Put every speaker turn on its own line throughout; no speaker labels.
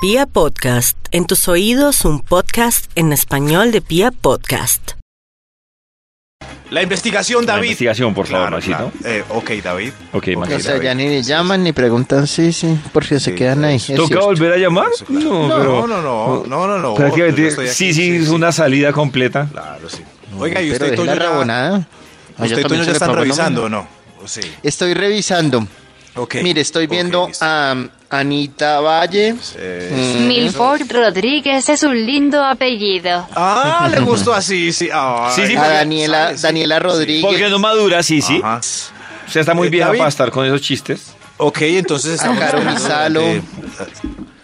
Pia Podcast, en tus oídos un podcast en español de Pia Podcast.
La investigación,
La
David.
investigación, por favor, Maxito.
Eh, ok, David.
Ok,
Ok,
Maxito.
O sea,
David.
ya ni le llaman ni preguntan sí, sí, porque se
Sí,
quedan ahí. es
¿Toca
cierto.
volver a llamar?
Eso, claro. No, no,
pero-
no, no, no, no,
Prácticamente,
yo estoy aquí,
sí, sí,
sí,
es
sí.
una salida completa.
Claro, sí. Oiga, ¿y
Pero
usted,
es
Toño,
la
ya,
rabonada. Ah, yo
usted, Toño,
también se
ya
le
están
propongo,
revisando o
mira.
no? O Sí.
Estoy revisando.
Ok.
Mire, estoy
Ok,
viendo
listo.
a Mm. Anita Valle.
Eh,
Milford Rodríguez es un lindo apellido.
Ah, le gustó así, sí. Ah,
Sí, sí,
ya
a
porque-
Daniela,
sale, sí.
Daniela Rodríguez.
Porque no madura, sí, sí.
Ajá.
O sea, está muy
Eh,
vieja
David.
para estar con esos chistes.
Ok, entonces estamos
Caro
hablando
Gonzalo.
durante-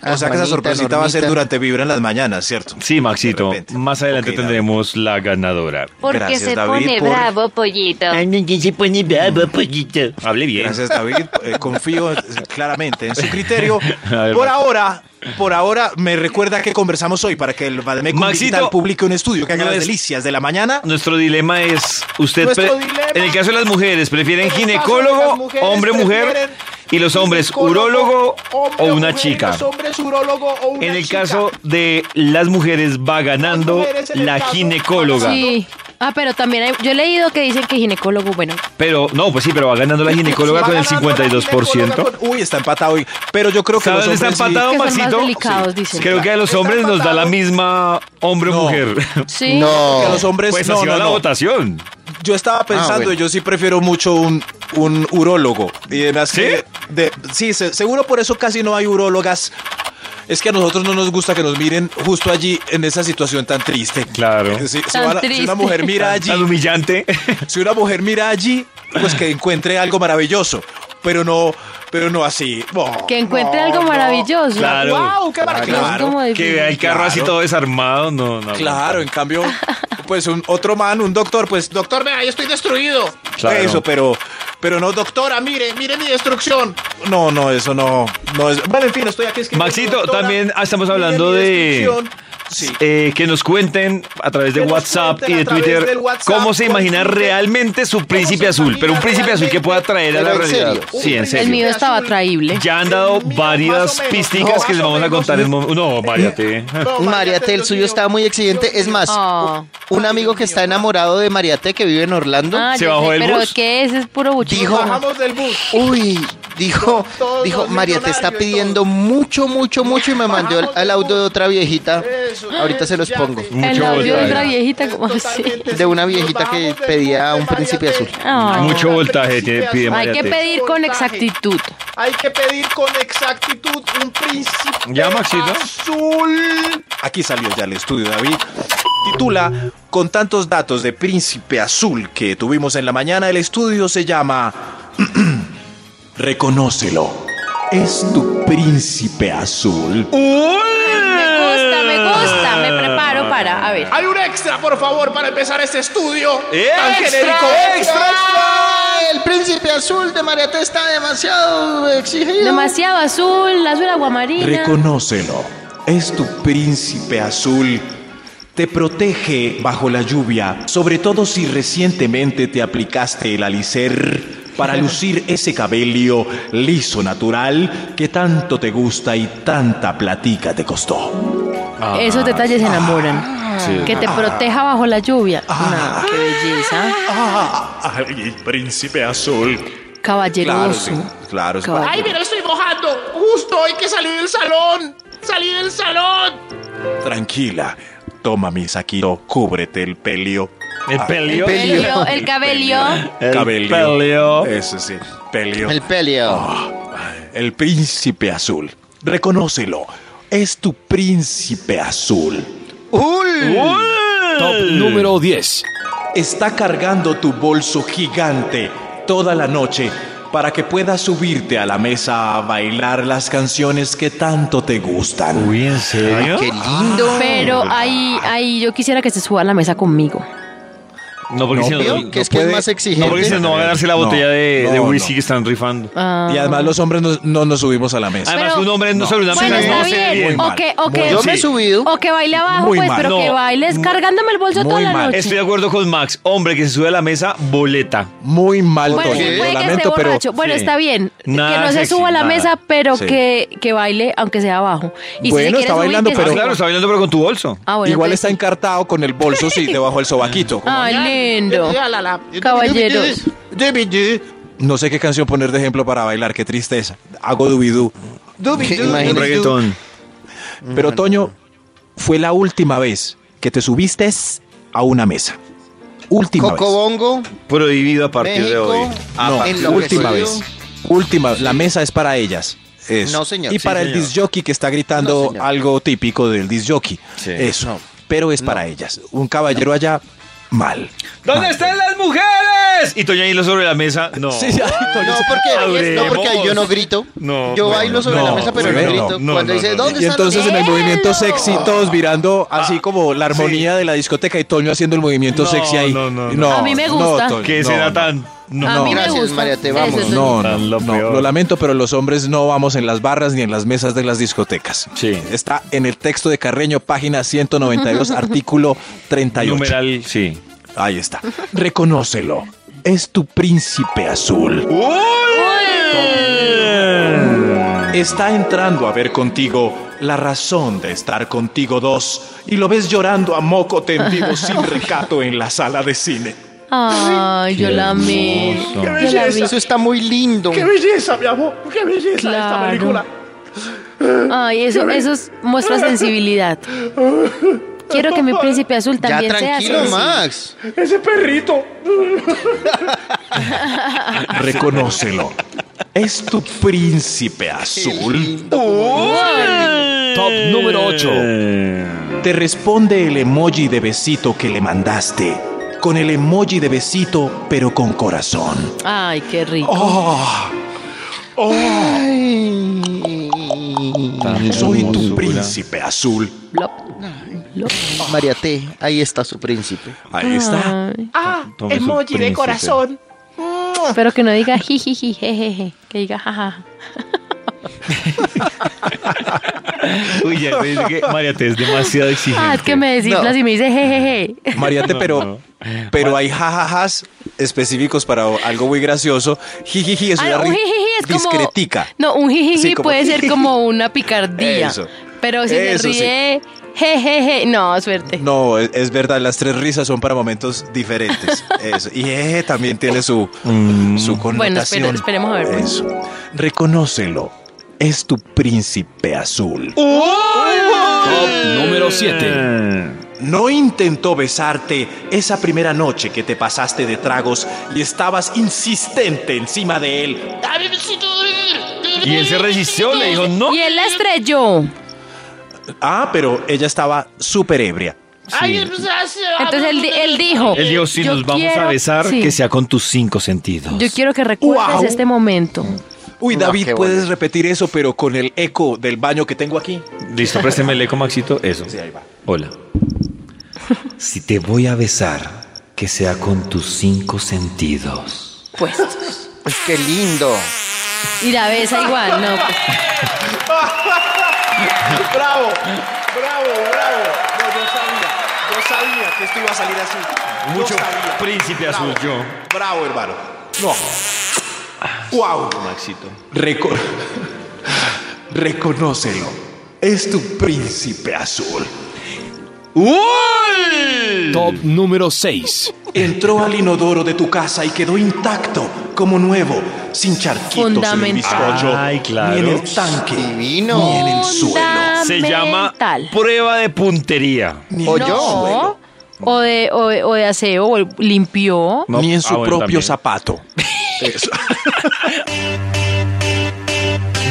A
O sea que esa
Juanita,
sorpresita va a ser
Normita.
durante Vibra en las mañanas, ¿cierto?
Sí, Maxito.
De repente.
Más adelante
Ok, David.
tendremos la ganadora.
Porque
Gracias,
se
David,
pone
por-
bravo, pollito.
Hable bien.
Gracias, David. Eh, confío eh, claramente en su criterio.
A ver,
por
Maxito.
ahora, por ahora, me recuerda que conversamos hoy para que el Vademécum
Maxito,
Digital publique un estudio que haga
no
las
es-
delicias de la mañana.
Nuestro dilema es, usted
Nuestro
pre-
dilema.
en el caso de las mujeres, ¿prefieren
En el caso de las
ginecólogo,
mujeres,
hombre-mujer?
prefieren
Y los hombres, urólogo o una chica. En el caso de las mujeres va ganando
mujeres en el
la
caso
ginecóloga.
Sí. Ah, pero también hay- yo he leído que dicen que ginecólogo, bueno,
Pero, no, pues sí, pero va ganando la ginecóloga
Va
con el
ganando la
52%.
ginecóloga con- Uy, está empatado hoy. Pero yo creo que
¿Sabes
los
dónde está
hombres sí-
empatado,
que son
Maxito?
más delicados,
Sí,
dicen.
Creo que a los
Está
hombres nos da la
empatado.
misma hombre o
No.
mujer.
sí.
que a
No.
los hombres
Pues
no,
así va
no,
la
no.
votación.
Yo
Ah,
estaba pensando,
bueno.
y yo sí prefiero mucho un, un urólogo. Y además que de- sí, se- seguro por eso casi no hay urólogas. Es que a nosotros no nos gusta que nos miren justo allí en esa situación tan triste.
Claro.
Sí, Si,
Tan
van a- si una
triste.
mujer mira allí,
Tan humillante.
si una mujer mira allí, pues que encuentre algo maravilloso. Pero no, pero no así. Oh,
Que encuentre
no,
algo
no.
maravilloso.
Claro.
Guau, qué maravilloso.
Claro.
Claro.
como de-
Que vea el carro así
Claro.
todo desarmado. No, no.
Claro, en cambio, pues un otro man, un doctor, pues, doctor, vea, yo estoy destruido.
Claro.
Eso, pero, pero no, doctora, mire, mire mi destrucción. No, no, eso no, no es. Bueno, en fin, estoy aquí escribiendo.
Maxito,
"Doctora,
también ah, estamos
mire
hablando
mi
de-
destrucción". Sí.
Eh, que nos cuenten a través de
Que nos
WhatsApp
cuenten
y de
a través
Twitter
del WhatsApp,
cómo se
cómo
imagina
se-
realmente su príncipe
se
azul. Pero un
imagina
príncipe azul que pueda traer a la
Pero en
realidad.
serio,
Sí, en
El mío
serio.
estaba traíble.
Ya han dado
El mío,
varias
más o menos.
pisticas
No,
que les
más o
vamos a
menos.
contar en mom- No, variate.
No,
Mariate, el
Dios
suyo
mío.
estaba muy exigente. Es más,
Ah.
un amigo que está enamorado de Mariate que vive en Orlando.
Ah,
¿Se
yo
bajó
sé,
del
pero
bus?
que ese es puro buchito.
Dijo-
Bajamos del bus.
Uy, dijo,
Todos
dijo,
los
María te está
millonarios,
pidiendo mucho, mucho, mucho y me mandó el, el audio de otra viejita.
Eso,
Ahorita se los
ya
pongo.
sé.
El
Mucho
audio de
voltaje.
otra viejita, como así.
De una viejita que pedía a un príncipe azul.
Ah.
Mucho voltaje tiene- pide
Hay que
Mariate.
pedir con exactitud.
Hay que pedir con exactitud un príncipe
Ya, Maxito.
azul. Aquí salió ya el estudio, David. Titula, con tantos datos de príncipe azul que tuvimos en la mañana, el estudio se llama... Reconócelo. Es tu príncipe azul.
Me gusta, me gusta. Me preparo para. A ver.
Hay un extra, por favor, para empezar este estudio.
¡Extra,
Ah, El príncipe azul de Mariate está demasiado exigido.
Demasiado azul, azul aguamarina.
Reconócelo. Es tu príncipe azul. Te protege bajo la lluvia, sobre todo si recientemente te aplicaste el alicer para lucir ese cabello liso natural que tanto te gusta y tanta platica te costó.
Esos detalles
Ah,
enamoran. Que te proteja bajo la lluvia. No, qué belleza.
Ah, Ay, príncipe azul. Claro,
Caballeroso.
sí, claro. sí.
Caballero.
¡Ay, mira, estoy mojando! ¡Justo hoy que salí del salón! ¡Salí del salón!
Tranquila. Toma mi saquito, cúbrete el pelio.
El pelio.
El cabello, el cabello.
El
Cabello.
pelio.
Eso sí, pelio.
El pelio.
El príncipe azul. Reconócelo. Es tu príncipe azul.
Top número 10.
Está cargando tu bolso gigante toda la noche para que puedas subirte a la mesa a bailar las canciones que tanto te gustan.
Uy, ¿en serio?
Ah.
Qué lindo.
Pero ahí, ahí yo quisiera que se suba a la mesa conmigo.
No, porque
No,
si no,
pero
¿Vio?
no
que es que
puede-
es más
no,
exigente.
porque si no, no va a ganarse la
No,
botella de, de
no,
whisky
no.
que están rifando.
Ah.
Y además los hombres no, no nos subimos a la mesa.
Además,
Pero-
un hombre no sobre una mesa
Bueno,
no
está
se ve
bien.
bien.
O que, o que-
Yo me he subido.
o que baile abajo,
Muy
pues,
mal.
pero
No.
que bailes cargándome el bolso
Muy
toda la
mal.
noche.
Estoy de acuerdo con Max. Hombre que se sube a la mesa, boleta.
Muy mal
Bueno,
Toño,
sí,
Oye,
lo
puede que esté
lamento, pero
borracho. Bueno,
sí.
está bien.
Nada
que no se
sexy,
suba a la
nada.
mesa, pero
Sí.
que, que baile, aunque sea abajo.
Bueno,
Y si se quiere
está
subir,
bailando,
que se
Pero,
Pero-
suba.
claro, está bailando, pero con tu bolso.
Ah, bueno,
igual
entonces-
está encartado con el bolso, sí, debajo del sobaquito.
Ay, lindo. Caballeros.
No sé qué canción poner de ejemplo para bailar, qué tristeza. Hago dubidú.
Que
Un
imagínate.
reggaetón.
Pero Toño, fue la última vez que te subiste a una mesa. Última vez.
Cocobongo,
Prohibido a partir de
México.
hoy. Ah, A
No,
partir
en lo que
última
soy
vez. Última, la mesa es para ellas. Eso.
No, señor.
Y
Sí,
para el
señor.
disc jockey que está gritando
No, señor.
algo típico del disc jockey.
Sí.
Eso.
No.
Pero es para ellas. Un caballero allá, mal.
¿Dónde
Mal.
están las mujeres? Y Toña hilo sobre la mesa. No.
Sí, sí, ay, Toño,
No,
sí.
porque,
Hablemos.
no, porque ahí yo no grito.
No,
yo
no,
bailo sobre
no,
la mesa, pero
no,
no,
no,
grito.
no,
Cuando
no,
dice,
no, no.
¿dónde
Y
están los
entonces en el
niños?"
movimiento sexy, todos mirando así como la armonía de la discoteca y Toño haciendo el movimiento
Ah, No,
sexy ahí.
no, no, no.
A mí me gusta.
Toño,
Que
no,
será
no.
tan. No,
A
no.
mí me
Gracias,
gusta.
María, te
Eso
vamos.
es un-
No, no,
Tan lo
no,
peor.
lo lamento, pero los hombres no vamos en las barras ni en las mesas de las discotecas.
Sí.
Está en el texto de Carreño, página 192, artículo 38.
Numeral, sí.
Ahí está. Reconócelo. Es tu príncipe azul. Está entrando a ver contigo la razón de estar contigo dos y lo ves llorando a moco tendido sin recato en la sala de cine.
Ay, yo la amé.
hermoso.
Yo
Qué
la vi.
belleza.
Eso está muy lindo.
¡Qué belleza, mi amor! ¡Qué belleza
Claro.
esta película!
Ay, eso, eso es- muestra sensibilidad. Quiero que mi príncipe azul
Ya
también sea
tranquilo,
sensible.
Max.
¡Ese perrito!
Reconócelo. Es tu príncipe azul.
Top número 8.
Te responde el emoji de besito que le mandaste. Con el emoji de besito, pero con corazón.
Ay, qué rico.
Soy tu príncipe azul.
Blop.
María T, ahí está su príncipe.
Ahí está.
Ay,
¡Ah!
Tome su
Emoji de
príncipe.
corazón.
Pero que no diga jijiji, jejeje. Que diga jajaja.
Uy, ya me dice que María te es demasiado exigente.
Ah, es que me desinflas
No.
y me dice jejeje.
Mariate,
No,
pero,
no.
pero hay jajajas específicos para algo muy gracioso. Jijiji es una
Ah, no,
ri-
un jijiji es como.
discretica.
No, un jijiji
Sí, como
puede ser
jijiji.
como una picardía.
Eso.
Pero si
Eso
se
sí.
ríe, jejeje. No, suerte.
No, es, es verdad, las tres risas son para momentos diferentes. Eso. Y jeje también tiene su,
Mm.
su connotación.
Bueno, espere- esperemos a ver, pues.
Eso. Reconócelo. Es tu príncipe azul.
Uh.
Top número 7.
No intentó besarte esa primera noche que te pasaste de tragos y estabas insistente encima de él.
Y él se resistió, le dijo no.
Y él la estrelló.
Ah, pero ella estaba súper ebria.
Ay, pues, ah, sí, ah,
Entonces él, di- él dijo.
Él dijo, si
yo
nos vamos
quiero-
a besar,
sí.
que sea con tus cinco sentidos.
Yo quiero que recuerdes
Guau.
este momento.
Uy,
No,
David,
qué
¿puedes
bonito.
repetir eso, pero con el eco del baño que tengo aquí?
Listo, présteme el eco, Maxito. Eso.
ahí va.
Hola. Si te voy a besar, que sea con tus cinco sentidos.
Pues.
Pues qué lindo.
Y la besa igual, no. pues.
¡Bravo! ¡Bravo, bravo! No, yo sabía, yo sabía que esto iba a salir así. Yo
Mucho
sabía.
príncipe
Bravo,
azul, yo.
Bravo, hermano. No. ¡Wow!
Maxito.
Reco- Reconócelo. Es tu príncipe azul.
Top número 6.
Entró al inodoro de tu casa y quedó intacto, como nuevo, sin charquitos en el
Fundamental.
bizcocho,
Ay, claro.
ni en el tanque,
Divino.
ni en el suelo.
Se llama
Fundamental.
prueba de puntería.
ni
O
en el
yo.
suelo,
No. O de, o, de- o de aseo, o limpió.
No,
Ni en
ah,
su
bueno,
propio
también.
zapato. Eso.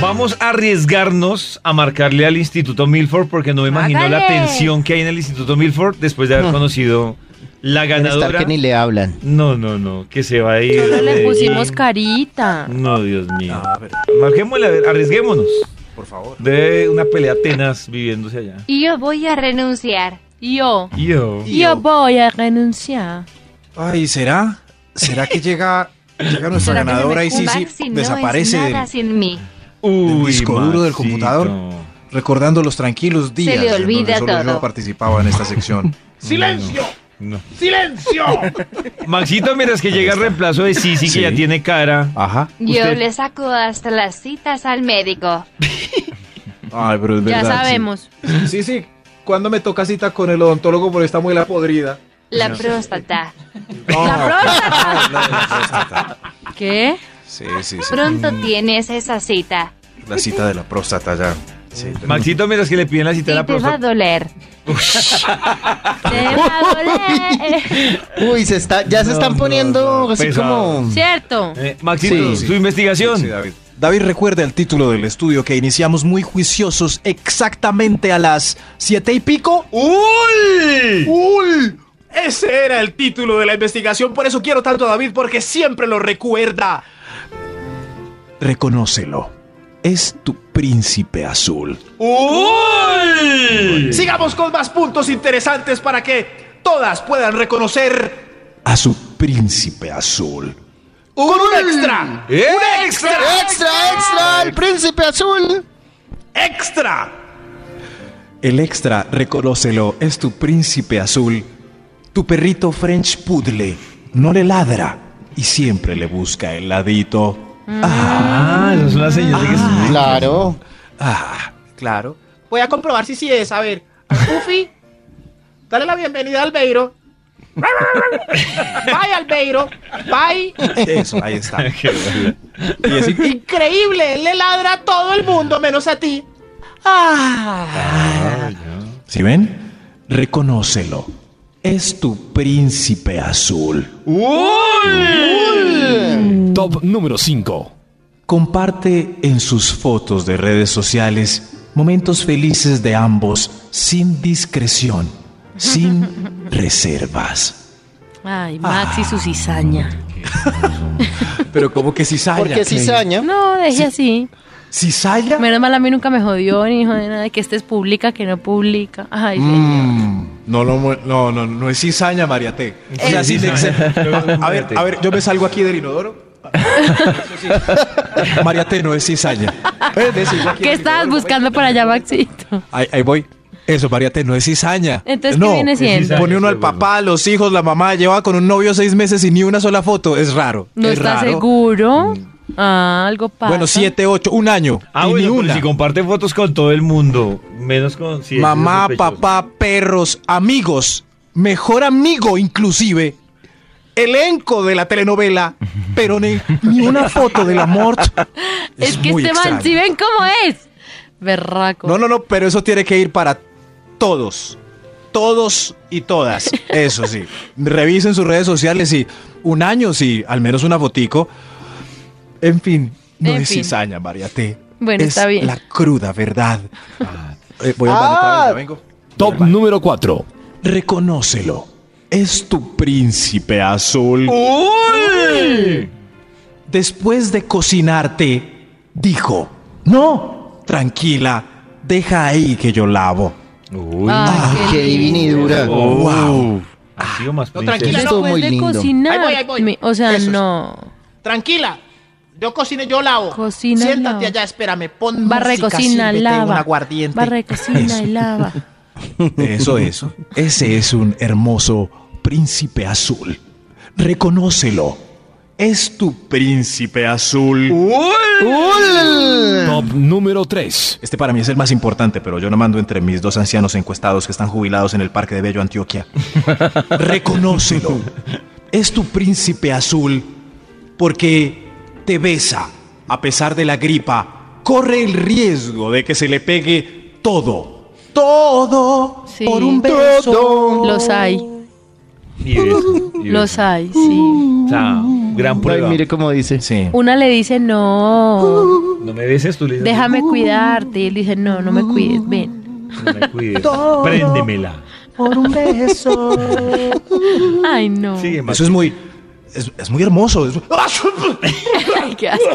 Vamos a arriesgarnos a marcarle al Instituto Milford porque no me imagino la
Hágale.
tensión que hay en el Instituto Milford después de haber conocido la ganadora.
que ni le hablan.
No, no, no, que se va a ir.
Solo le
Medellín.
pusimos carita.
No, Dios mío. Marquémosle, a ver, arriesguémonos. Por favor. De una pelea tenaz viviéndose allá.
Y yo voy a renunciar.
Yo.
Yo.
Yo voy a renunciar.
Ay, ¿será? ¿Será que llega, llega nuestra
¿Será que se me
ganadora y
escapa?
Sisi
Si no es
desaparece del-
nada sin mí.
del disco duro del computador? Recordando los tranquilos días
le
en donde
olvida
solo yo
todo.
participaba en esta sección.
¡Silencio!
no.
¡Silencio!
Maxito, mientras que llega el reemplazo de Sisi,
Sí. Ah.
que ya tiene cara.
Ajá.
Yo
Usted-
le saco hasta las citas al médico.
Ay, pero es
Ya
verdad. sí.
sabemos.
Sí, sí. ¿Cuándo me toca cita con el odontólogo? Porque está muy la podrida.
La próstata.
¡La próstata! ¿Qué?
Sí, sí, sí.
Pronto tienes esa cita.
La cita de la próstata ya. Sí,
Maxito, mientras que le piden la
Y
cita
te
de la
va a
próstata.
doler. te va a doler.
Uy, se está, ya se
No,
están
no,
poniendo
no,
así
pesado.
como.
¿Cierto?
Eh, Maxito,
Sí, sí.
su investigación.
David. David recuerda el título del estudio que iniciamos muy juiciosos exactamente a las siete y pico.
¡Uy!
¡Uy! Ese era el título de la investigación, por eso quiero tanto a David, porque siempre lo recuerda.
Reconócelo. Es tu príncipe azul.
¡Uy!
Sigamos con más puntos interesantes para que todas puedan reconocer
A su príncipe azul.
con un extra.
¡Eh!
¡Extra!
¡Extra, extra! ¡El príncipe azul!
¡Extra!
El extra, reconócelo, es tu príncipe azul. Tu perrito French Poodle no le ladra y siempre le busca el ladito.
Mm. Ah, esa es una señal de que es-
Claro.
Ah,
Claro. Voy a comprobar si sí es. A ver, Puffy, dale la bienvenida al Beiro. Bye, Albeiro. Bye.
eso, ahí está. Y así-
Increíble, él le ladra a todo el mundo menos a ti. Ah.
¿Sí ven? Reconócelo. Es tu príncipe azul.
Top número 5.
Comparte en sus fotos de redes sociales momentos felices de ambos sin discreción, sin reservas.
Ay, Max
Ah.
y su cizaña.
Pero como que cizaña.
Porque cizaña.
No, dejé así.
¿Cizalla?
Menos mal a mí nunca me jodió ni dijo de nada que este es pública, que no publica. Ay,
Mm, no, lo mu- no, no, no es cizaña, María T. O sea, sí le- a ver, a ver, yo me salgo aquí del inodoro. María T no es cizaña. Eh, me sigo
señor.
aquí
¿Qué
del
estabas
inodoro,
buscando para allá, Maxito?
Ahí, ahí voy. Eso, María T, no es cizaña.
Entonces, ¿qué
no,
viene siendo?
Pone uno al papá, a los hijos, la mamá, lleva con un novio seis meses y ni una sola foto. Es raro.
¿No
es
estás
raro. Mm.
seguro? Ah, algo pasa.
Bueno, siete, ocho, un año.
Ah,
y
bueno,
ni
pero
una.
si comparte fotos con todo el mundo, menos con... si es
mamá,
sospechoso.
papá, perros, amigos, mejor amigo inclusive, elenco de la telenovela, pero ni, ni una foto del amor.
Es, que
muy
este
extraño.
man, si ven cómo es. Berraco.
No, no, no, pero eso tiene que ir para todos. Todos y todas. Eso sí. Revisen sus redes sociales y un año, sí, al menos una fotico. En fin, no
En
es
fin.
cizaña, María T.
Bueno,
Es
está bien.
La cruda verdad. Eh, voy a andar otra vez, ya vengo.
Top número 4.
Reconócelo. Es tu príncipe azul. Después de cocinarte, dijo: No, tranquila, deja ahí que yo lavo.
Uy.
Ah,
Ay,
¡Qué
lindo.
divinidura!
Oh,
wow.
Ha sido más
No,
princesa.
tranquila,
Estuvo
Después
muy
de
lindo.
cocinar.
Ahí voy, ahí voy.
mi- O sea,
Eso es.
no.
Tranquila. Yo cocino, yo lavo.
Cocina y
Siéntate
lava.
allá, espérame. Pon
Barre,
música,
cocina,
sírvete un
lava.
aguardiente.
Barre, cocina y lava.
Eso, eso. Ese es un hermoso príncipe azul. Reconócelo. Es tu príncipe azul.
Top número 3.
Este para mí es el más importante, pero yo no mando entre mis dos ancianos encuestados que están jubilados en el Parque de Bello Antioquia. Reconócelo. Es tu príncipe azul porque te besa a pesar de la gripa. Corre el riesgo de que se le pegue todo. Todo
Sí.
por un beso.
Los hay.
Y beso, y
Los
beso.
hay, sí.
O sea, gran
Ay,
prueba.
mire cómo dice.
Sí.
Una le dice, no,
No me beses, tú le dices,
déjame cuidarte. Y él dice, no, no me cuides, ven.
No me cuides. Préndemela.
Ay, no.
Sigue, Max.
Eso es muy, es, es muy hermoso. es- ¡Ah!
Ay, qué asco.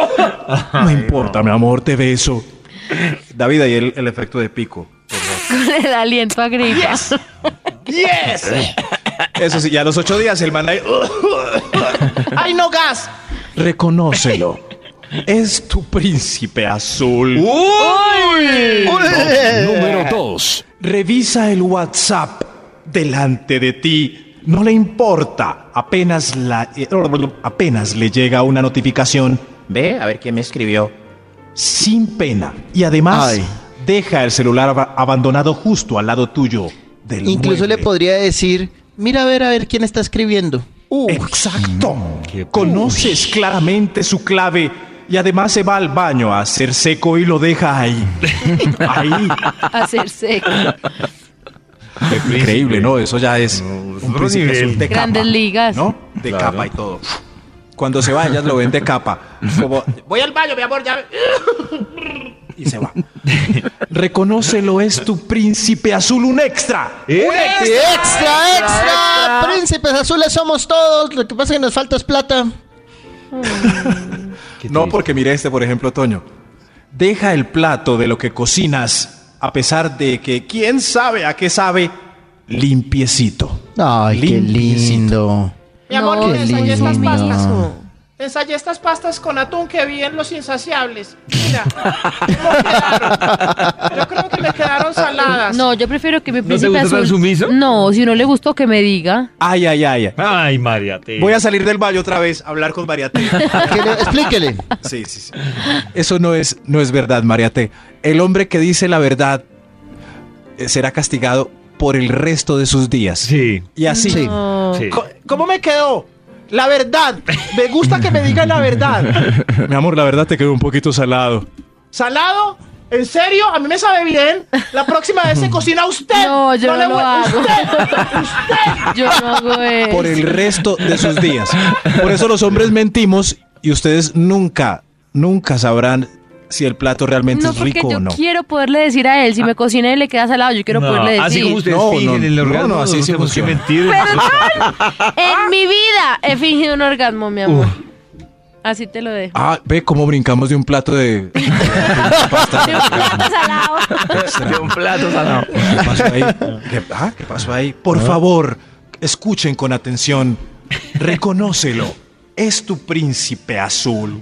no importa, mi amor, te beso. David, ahí el, el efecto de pico.
Con el aliento a gripa.
¡Yes!
Eso sí, ya a los ocho días el man ahí,
¡Ay, no gas!
Reconócelo. Es tu príncipe azul.
Uh.
Eh.
Número 2.
Revisa el WhatsApp delante de ti. No le importa. Apenas, la, eh, apenas le llega una notificación. Ve a ver quién me escribió. Sin pena. Y además,
Ay.
deja el celular ab- abandonado justo al lado tuyo. Del
Incluso le
mueble.
podría decir, mira a ver a ver quién está escribiendo.
Exacto. Conoces claramente su clave. Y además se va al baño a hacer seco y lo deja ahí. ahí.
Hacerse
Increíble, ¿no? Eso ya es un príncipe azul de capa.
grandes ligas.
¿No? De capa y todo. Cuando se va, ellas lo ven de capa. Como,
Voy al baño, mi amor, ya.
y se va. Reconócelo, es tu príncipe azul, un extra.
¡Extra, extra! Príncipes azules somos todos. Lo que pasa es que nos falta es plata.
No, porque mire este, por ejemplo, Toño. Deja el plato de lo que cocinas, a pesar de que quién sabe a qué sabe, limpiecito.
Ay, qué
Limpiecito.
lindo.
Mi amor,
No,
te ensayé
qué
estas
lindo.
pastas. Te ensayé estas pastas con atún que vi en Los Insaciables. Mira, ¿cómo quedaron? Yo creo que me quedaron saladas.
No, yo prefiero que mi
te
príncipe
gusta
azul.
tan sumiso?
No, si no le gustó que me diga.
Ay, ay, ay. ay.
Ay, María, te-
Voy a salir del baño otra vez a hablar con Mariate.
Que le- explíquele.
Sí, sí, sí. Eso no es, no es verdad, Mariate. El hombre que dice la verdad eh, será castigado por el resto de sus días.
Sí.
Y así.
No.
sí.
Co- ¿Cómo me quedó? La verdad. Me gusta que me digan la verdad.
Mi amor, la verdad te quedó un poquito salado.
¿Salado? ¿En serio? A mí me sabe bien. La próxima vez se cocina usted.
No, yo no
le
lo
hue-
hago.
Usted, usted.
Yo no hago eso.
Por el resto de sus días. Por eso los hombres mentimos y ustedes nunca, nunca sabrán si el plato realmente
no,
es
porque
rico
yo
o no. Ah.
quiero poderle decir a él, si me cocina y le queda salado, yo quiero
No,
poderle decir.
Así como ustedes
No,
fingen
no,
en el
no,
orgasmo,
no, así
no
sí
tenemos que
funciona.
mentir.
En mi vida he fingido un orgasmo, mi amor. Así te lo dejo.
Ah, ve cómo brincamos de un plato de. Ah,
De un plato salado.
De un plato salado.
¿Qué pasó ahí? ¿Qué, ah, ¿qué pasó ahí? Por favor, escuchen con atención. Reconócelo. Es tu príncipe azul.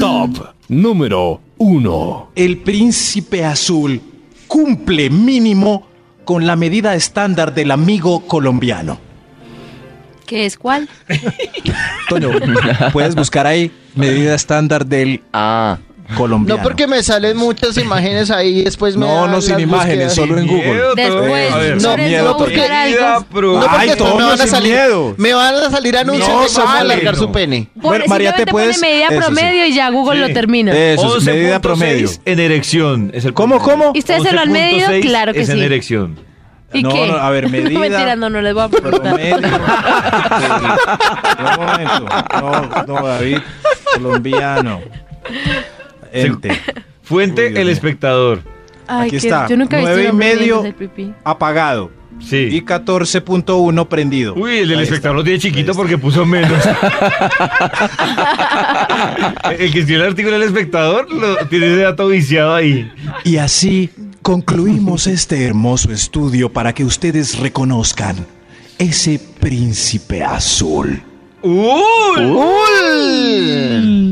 Top número 1.
El príncipe azul cumple mínimo con la medida estándar del amigo colombiano.
¿Qué es cuál?
Toño, puedes buscar ahí medida estándar del
Ah.
colombiano.
No porque me salen muchas imágenes ahí y después me
No,
dan
no,
las
sin imágenes,
búsquedas.
solo en Google.
Después,
A ver,
no,
Lorenzo
miedo,
va a buscar
Medida
algo.
pro-
No, porque
Ay,
después me
Toño,
van a
sin
salir,
miedo.
me van a salir anuncios
No,
de cómo
vale,
alargar
no.
su pene.
Por,
Bueno,
si
María, ¿te
simplemente
puedes-
pone medida
eso sí. Eh,
promedio y ya Google lo termina.
Eso es
11.6
medida promedio.
En erección. Es el
¿Cómo, cómo?
Este-
¿Y ustedes se lo han medido?
11.6
Claro que
es en
sí.
erección.
¿Y
No,
qué?
no, a ver, medida,
No, mentira, no, no les voy a preguntar.
Promedio. Un momento. No, no, David. Colombiano. Ente.
Fuente,
Uy, Dios
el
mío.
espectador.
Ay,
Aquí
qué-
está.
Yo nunca he visto
Nueve y
un hombre
medio.
viendo el pipí.
Apagado.
Sí.
Y 14.1 prendido.
Uy, el del
Ahí
espectador lo tiene chiquito
está.
porque puso menos. el que escribió el artículo del espectador lo, tiene ese dato viciado ahí.
Y así concluimos este hermoso estudio para que ustedes reconozcan ese príncipe azul.
¡Uy!
¡Ul!